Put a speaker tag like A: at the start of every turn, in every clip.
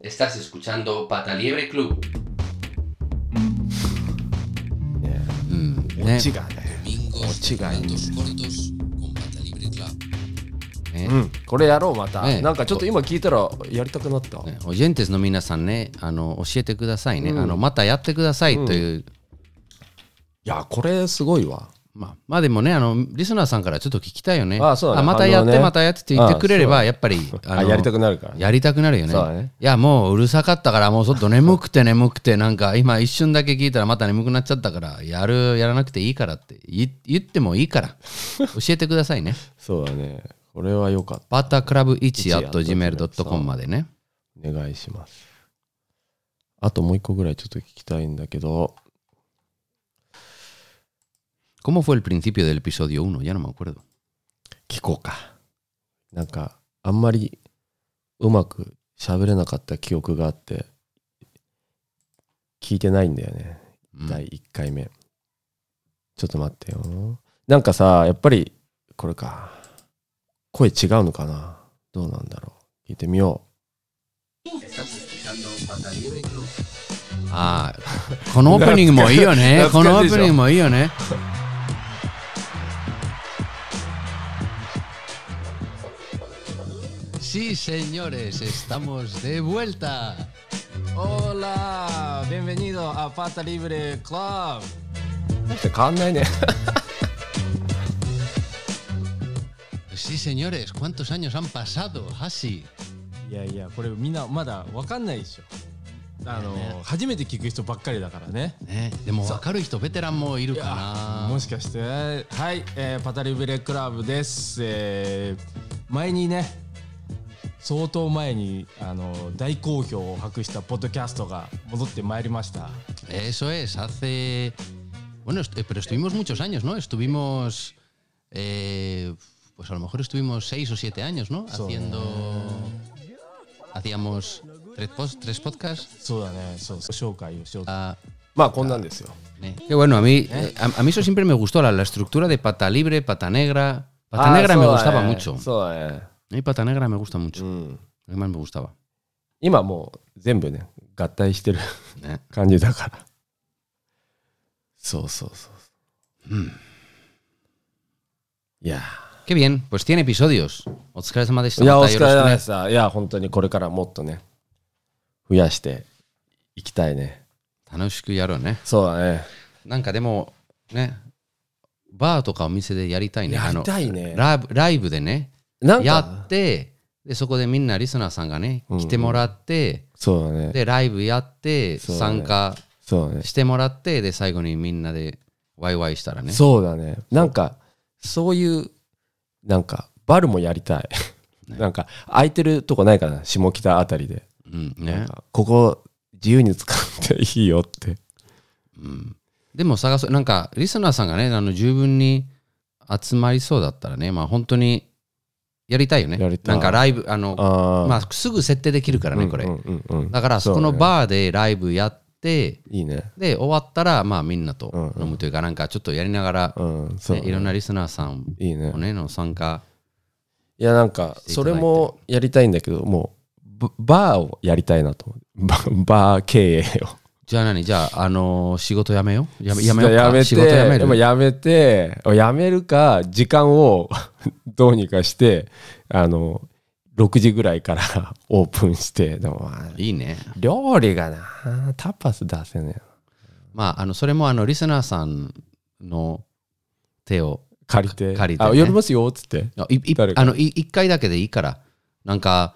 A: Estás escuchando Pataliebre Club.
B: ね
C: オチがね、
A: Domingos,
B: Ochi, guys.
A: tantos cortos con Patalibre Club.
B: ね
C: うん、これやろうまた、
B: ね
C: なんかちょっと今聞いたらやりたくなった、
B: ねオジェンテスの皆さんね、あの教えてくださいね、
C: うん
B: あの。またやってくださいという、
C: いやこれすごいわ
B: まあ、まあでもねあの、リスナーさんからちょっと聞きたいよね。
C: ああそうだね
B: またやっ
C: 反応
B: て、
C: ね
B: またやってって言ってくれれ
C: あ
B: ば、
C: あ
B: やっぱり
C: あ
B: あの
C: やりたくなるから、ね、
B: やりたくなるよね
C: そうだね
B: いや、もううるさかったから、もうちょっと眠くて眠くて、なんか今一瞬だけ聞いたらまた眠くなっちゃったから、やる、やらなくていいからって言言ってもいいから、教えてください ね。
C: そうだねこれは良かった
B: バタークラブ1 at gmail.com までね。
C: お願いしますあともう一個ぐらいちょっと聞きたいんだけど
B: ¿Cómo fue el principio del episodio 1? Ya no me acuerdo.
C: 聞こうかなんかあんまりうまく喋れなかった記憶があって聞いてないんだよね
B: Mm.
C: 第1回目、ちょっと待ってよなんかさやっぱりこれか声違うのかなどうなんだろう聞いてみよ
A: Estás escuchando Patalibre Club.
B: あーこのオープニングもいいよね。こ
C: 懐
B: のオ
C: か
B: ー
C: しいでしょ
B: プニングもいいよね。Sí, señores, estamos de vuelta.
C: うオーラーベンベニードアパタリブレクラブなんか 変わんないね
B: Sí, señores, ¿cuántos años han pasado? Ah, Así.
D: いやいやこれみんなまだわかんないでしょあの、
B: ね
D: 初めて聞く人ばっかりだからね
B: ね、でも分かる人、ベテランもいるか
D: も
B: な。
D: しかしてはい、えーパタリブレクラブです、えー前にね相当前にあの大好評を博したポッドキャストが戻ってまいりました
B: Eso es, hace... Bueno, est- eh, pero estuvimos muchos años, ¿no? Estuvimos... eh, pues a lo mejor estuvimos seis o siete años, ¿no? Haciendo... Hacíamos tres, pos- tres podcasts.
D: そうだねそう紹介をしようと
B: Ah,
C: まあこんなんですよ
B: eh. Qué bueno, a mí, eh, a, a mí eso siempre me gustó, la, la estructura de pata libre, pata negra. Pata negra me
C: あー
B: gustaba mucho.
C: そうだねそうだね、
B: A mí pata negra me gusta mucho.
C: うん、
B: Además me gustaba.
C: 今もう全部ね合体してる
B: ¿eh?
C: 感じだからそうそうそう、うん、いやー
B: Qué bien, pues 100 episodios. お疲れ様でした。
C: いや、お
B: ま
C: 疲
B: た
C: れ
B: よろしくね
C: 様でした。いや、本当にこれからもっとね、増やしていきたいね。
B: 楽しくやろうね。
C: そうだね。
B: なんかでもね、バーとかお店でやりたいね。
C: やりたいね
B: あのライブライブでね、
C: なんか、
B: やって、でそこでみんなリスナーさんがね、
C: うん
B: 来てもらって、
C: そうだね。
B: で、ライブやって、
C: そうだね
B: 参加
C: そうだね。
B: してもらって、で、最後にみんなでワイワイしたらね。
C: そうだね。なんか、そういう、なんか、バルもやりたい。 なんか、空いてるとこないかな、下北あたりで。
B: うんね
C: なんかここ、自由に使っていいよって。
B: うん、でも探そう、なんかリスナーさんがね、あの十分に集まりそうだったらね、まあ本当にやりたいよね。
C: やりたい
B: なんかライブ、あの、
C: ああ。
B: まあすぐ設定できるからね、これ。
C: うんうんうんうん
B: だからそこの
C: そうだね
B: バーでライブやって、
C: いいね。
B: で終わったらまあみんなと
C: うんうん
B: 飲むというかなんかちょっとやりながら、
C: うん、そう
B: ね
C: だね。
B: いろんなリスナーさん
C: いいね
B: を。ねの参加
C: いやなんか
B: していた
C: そ
B: だいて
C: れもやりたいんだけどもうババーをやりたいなと思ってババー経営を
B: じゃあ何じゃあ、あのー仕事やめようやめやめようか
C: やめて
B: 仕事やめ
C: でも
B: る
C: やめてやめるか時間を どうにかしてあの6時ぐらいから オープンしてでもまあ
B: いいね
C: 料理がなタパス出せねえ
B: まああのそれもあのリスナーさんの手を
C: 借りて
B: 借りて
C: あ
B: ね
C: 呼びますよっつって
B: あいい
C: 誰か
B: あのい一回だけでいいからなんか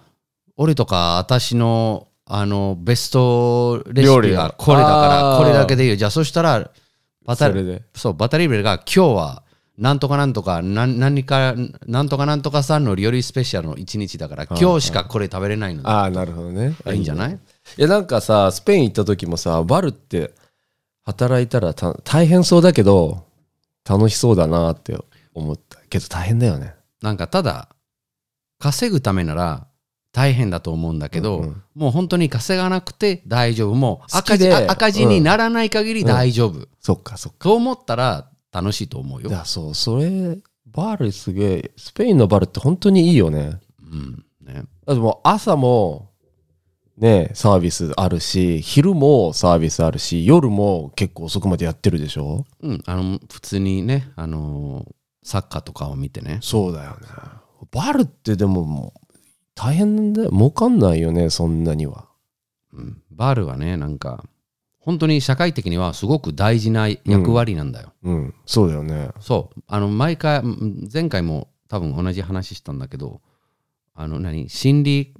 B: 俺とか私のあのベストレシ
C: 料
B: ピ
C: 理
B: が
C: が
B: これだから
C: あー
B: これだけでいいよじゃあそしたらバタ
C: それで
B: そうバタリブレが今日はなんとかなんとかなん何かなんとかなんとかさんの料理スペシャルの一日だから今日しかこれ食べれないの
C: ああなるほどね
B: いいんじゃない
C: いいやなんかさスペイン行った時もさバルって働いたらた大変そうだけど楽しそうだなって思ったけど大変だよね
B: なんかただ稼ぐためなら大変だと思うんだけど、もう本当に稼がなくて大丈夫もう赤字
C: 好きで
B: あ赤字にならない限り大丈夫、
C: そっかそっか
B: と思ったら楽しいと思うよ
C: い、やそうそれバルすげえスペインのバルって本当にいいよね
B: うんね、
C: あともう朝もね、サービスあるし、昼もサービスあるし、夜も結構遅くまでやってるでしょ
B: うん、あの普通にね、あのサッカーとかを見てね。
C: そうだよね。バルってでももう大変なんだよ。儲かんないよね、そんなには。
B: うん、バルはね、なんか、本当に社会的にはすごく大事な役割なんだよ。
C: うん、そうだよね。
B: そう、あの毎回、うん前回も多分同じ話したんだけど、あの何、心理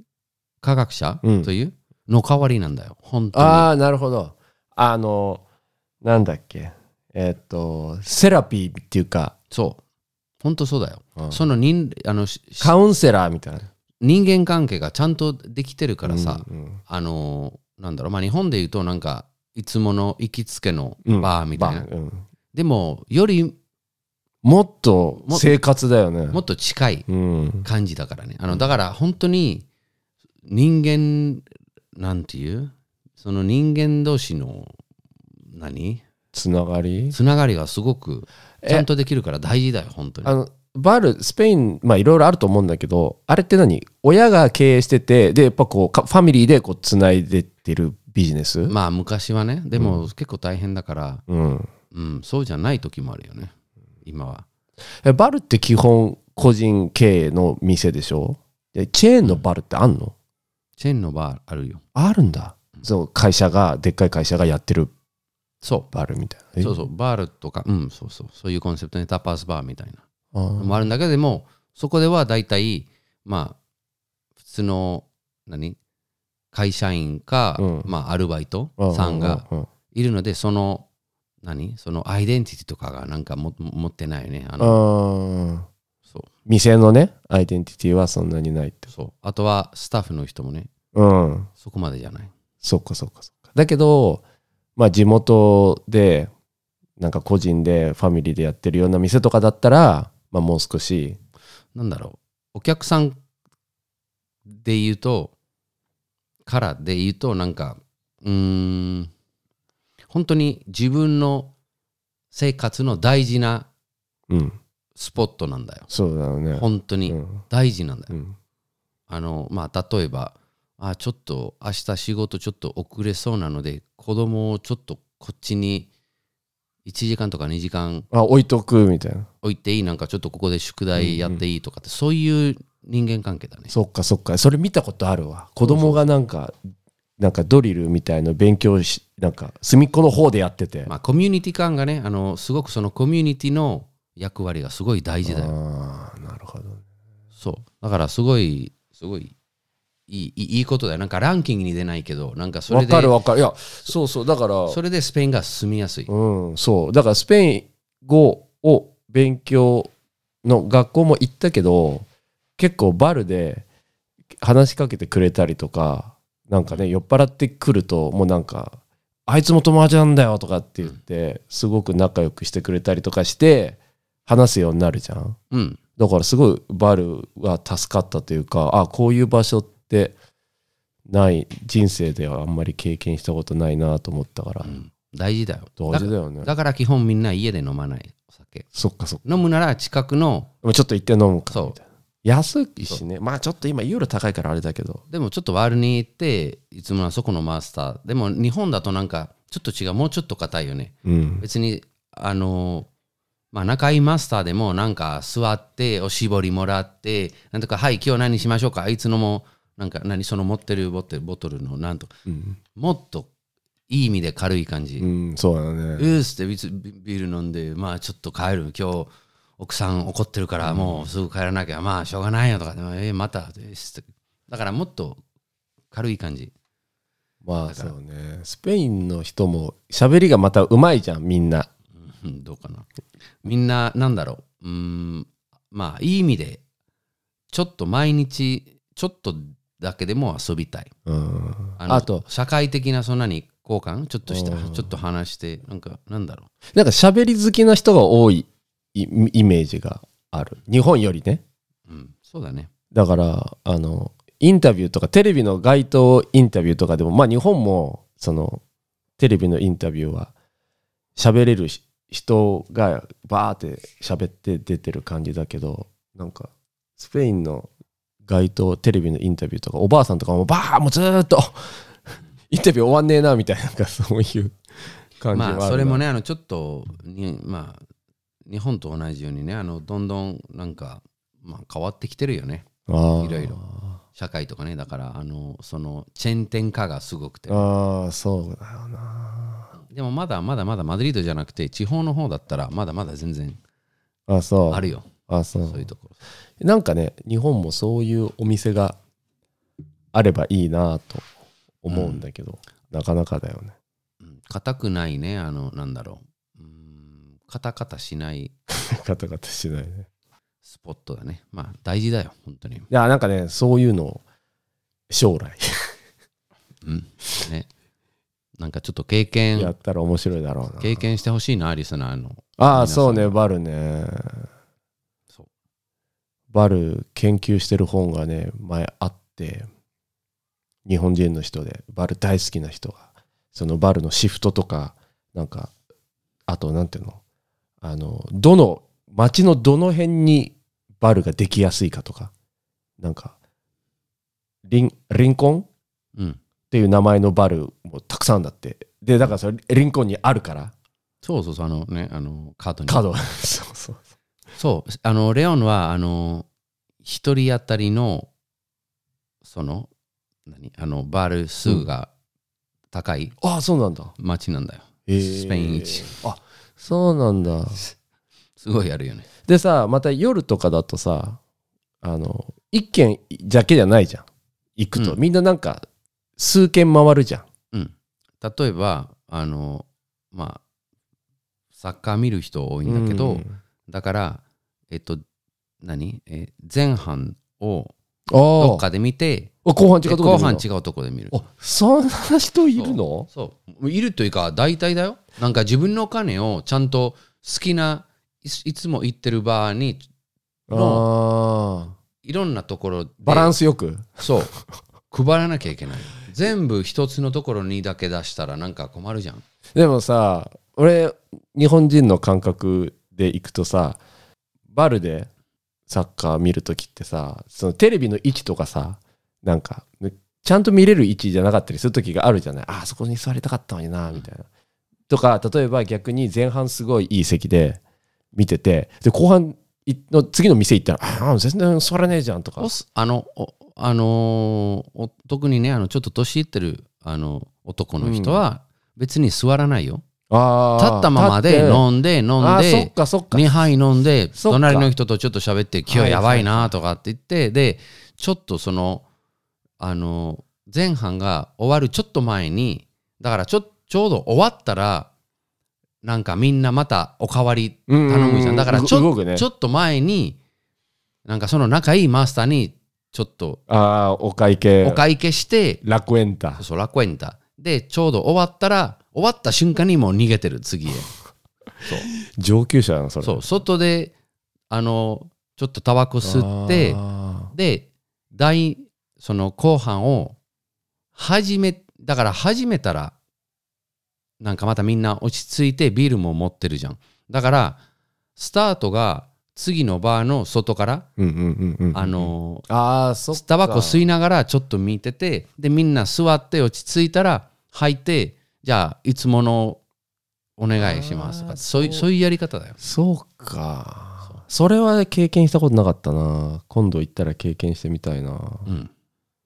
B: 科学者
C: うん
B: というの代わりなんだよ、本当に。
C: ああ、なるほど。あの、なんだっけ。えーっと、セラピーっていうか、
B: そう、本当そうだよ。
C: うん
B: その人あのし
C: カウンセラーみたいな。
B: 人間関係がちゃんとできてるからさ、
C: うんうん
B: あのなんだろうまあ日本で言うとなんかいつもの行きつけの
C: うん
B: バーみたいな、
C: バーうん
B: でもより
C: もっと
B: も
C: 生活だよね。
B: もっと近い
C: うん、
B: 感じだからねあのだから本当に人間なんていうその人間同士の何
C: つながり
B: つながりがすごくちゃんとできるから大事だよ本当に
C: あのバルスペインまあいろいろあると思うんだけどあれって何親が経営しててでやっぱこうかファミリーでこうつないでってるビジネス、
B: まあ昔はねでも結構大変だから、
C: うん、
B: うん、そうじゃない時もあるよね今は
C: えバルって基本個人経営の店でしょでチェーンのバルってあんの、
B: チェーンのバーあるよ
C: あるんだそう会社がでっかい会社がやってる
B: そう
C: バルみたいなえ
B: そうそう、バールとか、うん、そうそう、そういうコンセプトでタパスバーみたいな
C: あー
B: のもあるんだけど、でも、そこでは大体、まあ、普通の、何会社員か、
C: うん
B: まあ、アルバイトさんが
C: うんうんうん
B: いるので、その、何そのアイデンティティとかがなんかも持ってないよね。あの、
C: あ
B: そ
C: ー店のねアイデンティティはそんなにないって
B: う、そう。あとは、スタッフの人もね、
C: うん
B: そこまでじゃない。
C: そっかそっかそっか。だけど、まあ地元で、なんか個人でファミリーでやってるような店とかだったら、まあもう少し、
B: なんだろう、お客さんで言うと、からで言うと、なんか、うーん、本当に自分の生活の大事な
C: うん、
B: スポットなんだよ。
C: そうだよね。
B: 本当
C: う
B: に
C: ん
B: 大事なんだよ。
C: うん
B: あの、まあ、例えば、あ、ちょっと明日仕事ちょっと遅れそうなので、子供をちょっとこっちに1時間とか2時間
C: あ、置いとくみたいな。
B: 置いていい、なんかちょっとここで宿題やっていいとかって、そういう人間関係だね。
C: そっかそっか。それ見たことあるわ。子供がなんか、なんかドリルみたいの勉強し、なんか隅っこの方でやってて。
B: まあ、コミュニティ感がねあのすごくそのコミュニティの役割がすごい大事だよ
C: あーなるほど。
B: そうだからすごいすごいいいいいいいことだよなんかランキングに出ないけどなんかそ
C: わ
B: れで
C: かるわかる。いや、そうそう。だから、
B: それでスペインが住みやすい、
C: うん、そう。だからスペイン語を勉強の学校も行ったけど、結構バルで話しかけてくれたりとか、なんかね、酔っ払ってくると、もうなんか、あいつも友達なんだよとかって言って、すごく仲良くしてくれたりとかして、話すようになるじゃん。
B: うん、
C: だからすごいバルは助かったというか、あ、こういう場所って、ない人生ではあんまり経験したことないなと思ったから、
B: うん大事だよ
C: 同時だよね
B: だ。だから基本みんな家で飲まないお酒
C: そっかそっか。
B: 飲むなら近くの
C: もうちょっと行って飲むか
B: そう
C: みたいな。安いしね。まあちょっと今ユーロ高いからあれだけど。
B: でもちょっと割るに行っていつもはそこのマスターでも日本だとなんかちょっと違うもうちょっと硬いよね
C: うん。
B: 別にあのまあ仲いいマスターでもなんか座っておしぼりもらってなんとか「はい今日何しましょうか」あいつのもなんか何その持ってるボトルボトルのなんとか
C: うん、
B: もっといい意味で軽い感じ「う
C: うんそうだね。
B: ーっす」ってビツビビール飲んでまあちょっと帰る今日奥さん怒ってるからもうすぐ帰らなきゃまあしょうがないよとかでもえーまたえーすってだからもっと軽い感じ
C: まあ
B: だ
C: そ
B: から
C: うね。スペインの人も喋りがまたうまいじゃん、みんな。
B: うんどうかな。みんな、なんだろう。うーん、まあ、いい意味で、ちょっと毎日、ちょっとだけでも遊びたい。
C: うん。
B: あの
C: あと、
B: 社会的なそんなに交換、ちょっとした、
C: うん
B: ちょっと話して、なんか、なんだろ
C: なんか喋り好きな人が多いイイメージがある。日本よりね。
B: う。うん、そうだね。
C: だから、あの、インタビューとか、テレビの街頭インタビューとかでも、まあ日本も、その、テレビのインタビューは、喋れるし人がバーって喋って出てる感じだけど、なんか、スペインの街頭テレビのインタビューとかおばあさんとかもバーもうずーっと インタビュー終わんねえなみたいななんか そういう感じはあるな
B: まあそれもねあのちょっとにまあ日本と同じようにねあのどんどんなんか、まあ、変わってきてるよね
C: あー
B: いろいろ社会とかねだからあのそのチェーン店化がすごくて
C: ああそうだよな
B: でもまだまだまだマドリードじゃなくて地方の方だったらまだまだ全然
C: あそう
B: あるよ
C: あそう
B: そういうところ
C: なんかね日本もそういうお店があればいいなと思うんだけど、なかなかだよね
B: うん硬くないねあのなんだろううんカタカタしない
C: ガタガタしないね
B: スポットだねまあ大事だよ本当に
C: いやなんかねそういうのを将来
B: うんねなんかちょっと経
C: や
B: 験
C: ったら面白いだろうな
B: 経験してほしいなリスナーの
C: あ
B: 皆
C: あ
B: さん
C: そうねバルね
B: そう
C: バル研究してる本がね前あって日本人の人でバル大好きな人がそのバルのシフトとかなんかあとなんていうのあのどの町のどの辺にバルができやすいかとかなんかリンリンコンっ
B: うん
C: ていう名前のバルもたくさんあるんだってでだからそれリンコンにあるから
B: そうそうそうあのねあのカードに
C: 角 そうそう
B: そうあのレオンはあの一人当たりのその何あのバル数が高い
C: ああそうなんだ
B: 町なんだよ、スペイン一
C: あそうなんだ
B: すごいあるよね
C: でさまた夜とかだとさあの一軒だけじゃないじゃん行くと、
B: うん
C: みんななんか数軒回るじゃん
B: うん例えばあのまあサッカー見る人多いんだけど、
C: うん
B: だからえっと何え前半を
C: あー
B: どっかで見て
C: あ後半違
B: で
C: うとこ
B: 後
C: で見る
B: 半
C: の
B: 違うとこで見る
C: あそんな人いるの
B: そういるというか大体だよなんか自分のお金をちゃんと好きないついつも行ってるバーに
C: あー
B: いろんなところで
C: バラン
B: ス
C: スよく
B: そう配らなきゃいけない全部一つのところにだけ出したらなんか困るじゃん
C: でもさ俺日本人の感覚で行くとさバルでサッカー見るときってさそのテレビの位置とかさなんかねちゃんと見れる位置じゃなかったりするときがあるじゃないああそこに座りたかったのになみたいな。とか例えば逆に前半すごいいい席で見ててで後半いの次の店行ったらああ全然座らねえじゃんとか
B: おすあのおあのーお特にねあのちょっと年いってるあの男の人は別に座らないよ、
C: あー
B: 立ったまま
C: 立
B: で
C: って
B: 飲んで飲ん
C: あーそ
B: で
C: っかそっか
B: 2杯飲んで
C: そっか
B: 隣の人とちょっと喋って今
C: は
B: 日
C: い
B: やばいなとかって言ってでちょっとそのあの前半が終わるちょっと前にだからちょちょうど終わったらなんかみんなまたおかわり
C: 頼
B: 頼むじゃんだからち
C: 動
B: ょ,、
C: くね
B: ちょっと前になんかその仲いいマスターにちょっと
C: ああお会計
B: お会計して
C: 楽園だ
B: そうラコエンタでちょうど終わったら終わった瞬間にもう逃げてる次へ
C: 上級者なのそれ
B: そう外であのちょっとタバコ吸って
C: あ
B: で第その後半を始めだから始めたらなんかまたみんな落ち着いてビールも持ってるじゃんだからスタートが次のバーの外から、
C: ーうんうんうんうん
B: あの
C: あーそっか
B: タバコ吸いながらちょっと見ててでみんな座って落ち着いたら吐いてじゃあいつものお願いしますと
C: あ
B: か
C: ー
B: そういう
C: そう
B: そういうやり方だよ
C: そうかそれは経験したことなかったな今度行ったら経験してみたいな、
B: うん。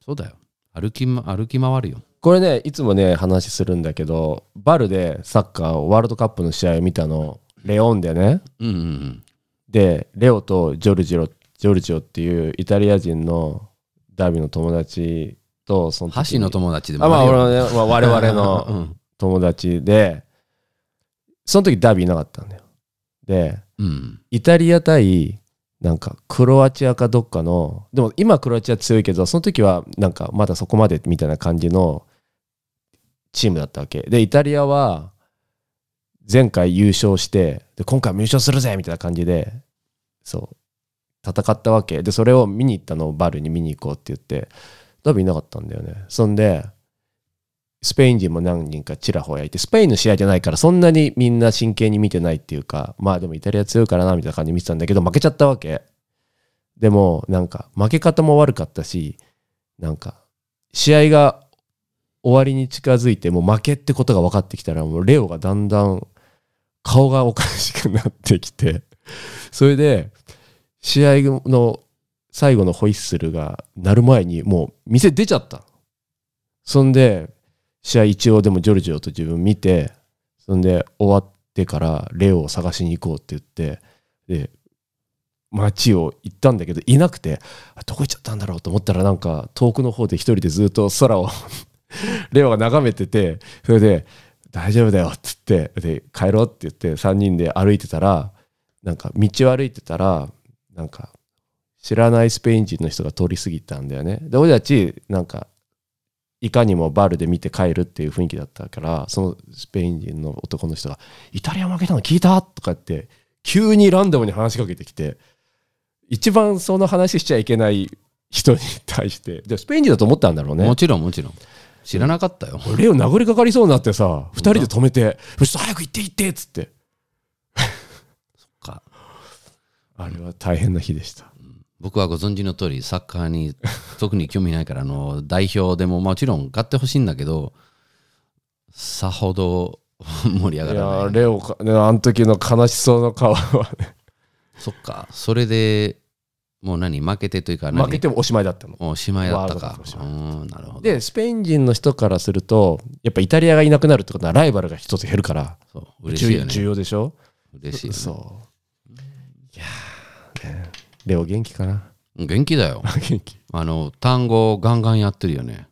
B: そうだよ。歩き,、ま、歩き回るよ。
C: これねいつもね話するんだけどバルでサッカーをワールドカップの試合を見たのレオンでね
B: うんうんうん。
C: でレオとジョルジロジョルジオっていうイタリア人のダービーの友達とその時
B: 箸
C: に
B: の友達で
C: あまあ
B: る
C: 俺
B: よ
C: はね、まあ、我 々の
B: うん
C: 友達でその時ダービーいなかったんだよで
B: うん。
C: イタリア対なんかクロアチアかどっかのでも今クロアチア強いけどその時はなんかまだそこまでみたいな感じのチームだったわけでイタリアは前回優勝してで今回も優勝するぜみたいな感じでそう戦ったわけでそれを見に行ったのをバルに見に行こうって言ってダビいなかったんだよねそんでスペイン人も何人かちらほらいてスペインの試合じゃないからそんなにみんな真剣に見てないっていうかまあでもイタリア強いからなみたいな感じで見てたんだけど負けちゃったわけでもなんか負け方も悪かったしなんか試合が終わりに近づいてもう負けってことが分かってきたらもうレオがだんだん顔がおかしくなってきてそれで試合の最後のホイッスルが鳴る前にもう店出ちゃったそんで試合一応でもジョルジオと自分見てそんで終わってからレオを探しに行こうって言ってで街を行ったんだけどいなくてあどこ行っちゃったんだろうと思ったらなんか遠くの方で一人でずっと空をレオが眺めててそれで「大丈夫だよ」っつってで帰ろうって言って3人で歩いてたらなんか道を歩いてたらなんか知らないスペイン人の人が通り過ぎたんだよね。で俺たちなんかいかにもバルで見て帰るっていう雰囲気だったからそのスペイン人の男の人が「イタリア負けたの聞いた?」とかって急にランダムに話しかけてきて一番その話しちゃいけない人に対してでスペイン人だと思ったんだろうね
B: もちろんもちろん知らなかったよ
C: レオ殴りかかりそうになってさ2人で止めて「ちょっと早く行って行って」っつって
B: か
C: あれは大変な日でした
B: 僕はご存知の通りサッカーに特に興味ないからあの代表でももちろん勝ってほしいんだけどさほど 盛り
C: い
B: 上
C: や
B: がらない
C: ーレオかねあの時の悲しそうな顔はね
B: そっかそれでもう何負けてというか何
C: 負けてもおしまいだったの
B: もうおしまいだった
C: ワールドカッ
B: か
C: プおし
B: う
C: まい
B: んなるほど
C: でスペイン人の人からするとやっぱイタリアがいなくなるってことはライバルが一つ減るから
B: そう嬉しいよ
C: 重
B: ね
C: 要でしょ
B: 嬉しいよね
C: そういやーねレオ元気かな
B: 元気だよ
C: 元気
B: あの単語ガンガンやってるよね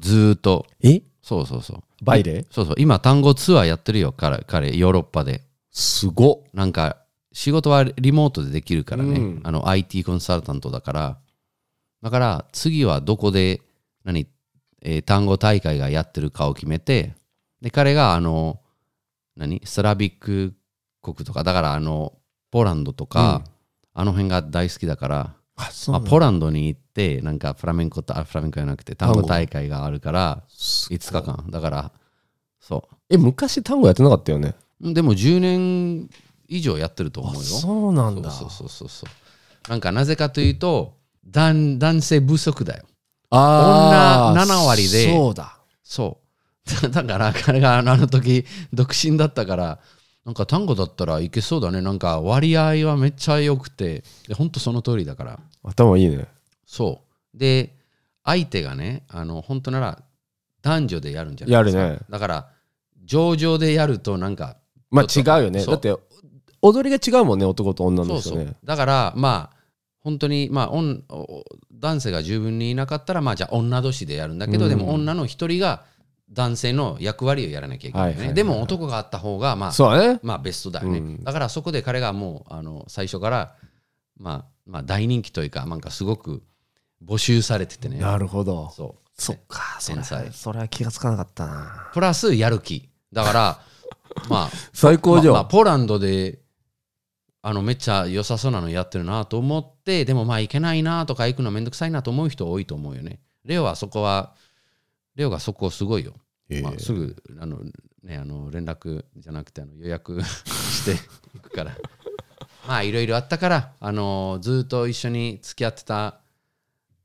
B: ずーっと
C: え
B: そうそうそう
C: バイレ
B: そうそう今単語ツアーやってるよ彼彼ヨーロッパです
C: ごっ
B: なんか仕事はリモートでできるからね、
C: うん
B: あの IT コンサルタントだからだから次はどこで何、えー単語大会がやってるかを決めてで彼があの何スラビック国とかだからあのポーランドとか、あの辺が大好きだから
C: あそ
B: まあ、ポーランドに行ってなんかフラメンコとあフラメンコじゃなくて単語大会があるから5日間だからそ
C: え昔単語やってなかったよね
B: うでも10年以上やってると思うよ
C: うな
B: そうそうそうそうなんかなぜかというと男男性不足だよ
C: あー
B: 女7割で
C: そうだ
B: そう だから彼があのあの時独身だったからなんか単語だったらいけそうだねなんか割合はめっちゃ良くてで本当その通りだから
C: 頭いいね
B: そう。で、相手がね、あの本当なら男女でやるんじゃな
C: や
B: いです
C: る
B: か。
C: ね
B: だから、上場でやると、なんか、
C: まあ
B: ちょ
C: 違
B: っと
C: うよね
B: そ
C: だ
B: う
C: って踊りが違うもんね男と女
B: そ
C: の
B: う
C: 人
B: そ
C: ね
B: う。だから、まあ、本当に、まあ、おんお男性が十分にいなかったら、まあ、じゃあ女同士でやるんだけど、
C: うん
B: でも女の一人が男性の役割をやらなきゃいけないよね。
C: はいはいはい
B: でも男があった方が、まあ、
C: そうだね
B: まあベストだよね、
C: うん
B: だからそこで彼がもうあの最初から、まあ、まあ大人気というかなんかすごく募集されててね
C: るほど
B: そう
C: そっかそれ
B: 天才
C: それは気がつかなかったな
B: プラスやる気だから まあ
C: 最高じゃん、
B: まあまあポーランドであのめっちゃ良さそうなのやってるなと思ってでもまあ行けないなとか行くのめんどくさいなと思う人多いと思うよねレオはそこはレオがそこすごいよ、
C: ええ
B: まあ、すぐあの、ね、あの連絡じゃなくてあの予約 していくから まあいろいろあったからあのずっと一緒に付き合ってた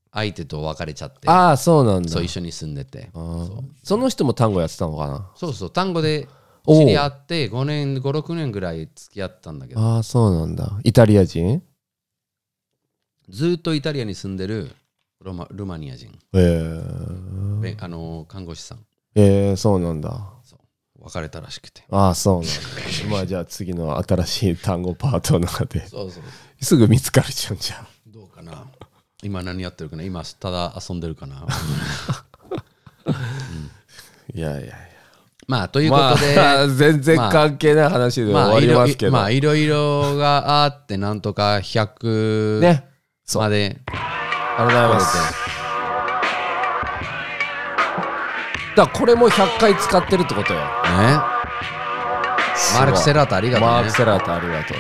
B: 相手と別れちゃって
C: ああそうなんだ
B: そう一緒に住んでて
C: あーその人も単語やってたのかな
B: そうそう単語で
C: おう
B: 知り合って5年56年ぐらい付き合ったんだけど
C: ああそうなんだイタリア人
B: ずーっとイタリアに住んでるロマルマニア人、
C: ええ
B: べあのー看護師さん
C: ええそうなんだ
B: 別れたらしくて
C: ああそうなんだまあじゃあ次の新しい単語パートの中で
B: そうそう
C: すぐ見つかるじゃんじゃあ
B: どうかな今何やってるかな今ただ遊んでるかな
C: いやいやいや
B: まあというこ
C: ま
B: とで、まあ
C: あ全然関係ない話 で終わ
B: い
C: り
B: ろ
C: ま
B: い
C: すけど、
B: まあいろいろがあってなんとか100
C: ねそう
B: まで
C: ありがとうございますだからこれも100回使ってるってことよ
B: ねマルクセラートありがとうね
C: マーク・セラートありがと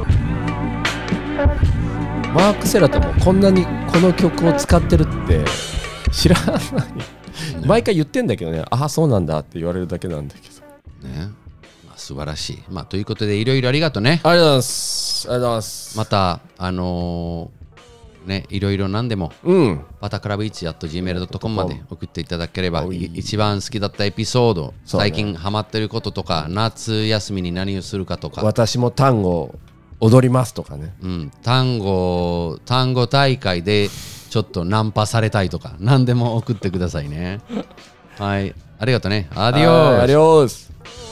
C: うマーク・セラートもこんなにこの曲を使ってるって知らない毎回言ってんだけどねああそうなんだって言われるだけなんだけど
B: ね、まあ、素晴らしいまあということでいろいろありがとうね
C: ありがとうございますます。ありがとうございます。
B: またあのーねいろいろ何でも
C: うん。
B: パタクラブイチ at gmail.com まで送っていただければ
C: おい
B: い一番好きだったエピソード、
C: そうね
B: 最近ハマってることとか夏休みに何をするかとか、
C: 私も単語踊りますとかね。
B: うん、単語単語大会でちょっとナンパされたいとか何でも送ってくださいねはいありがとうねア
C: ア
B: ディオス
C: アディオス。
E: 「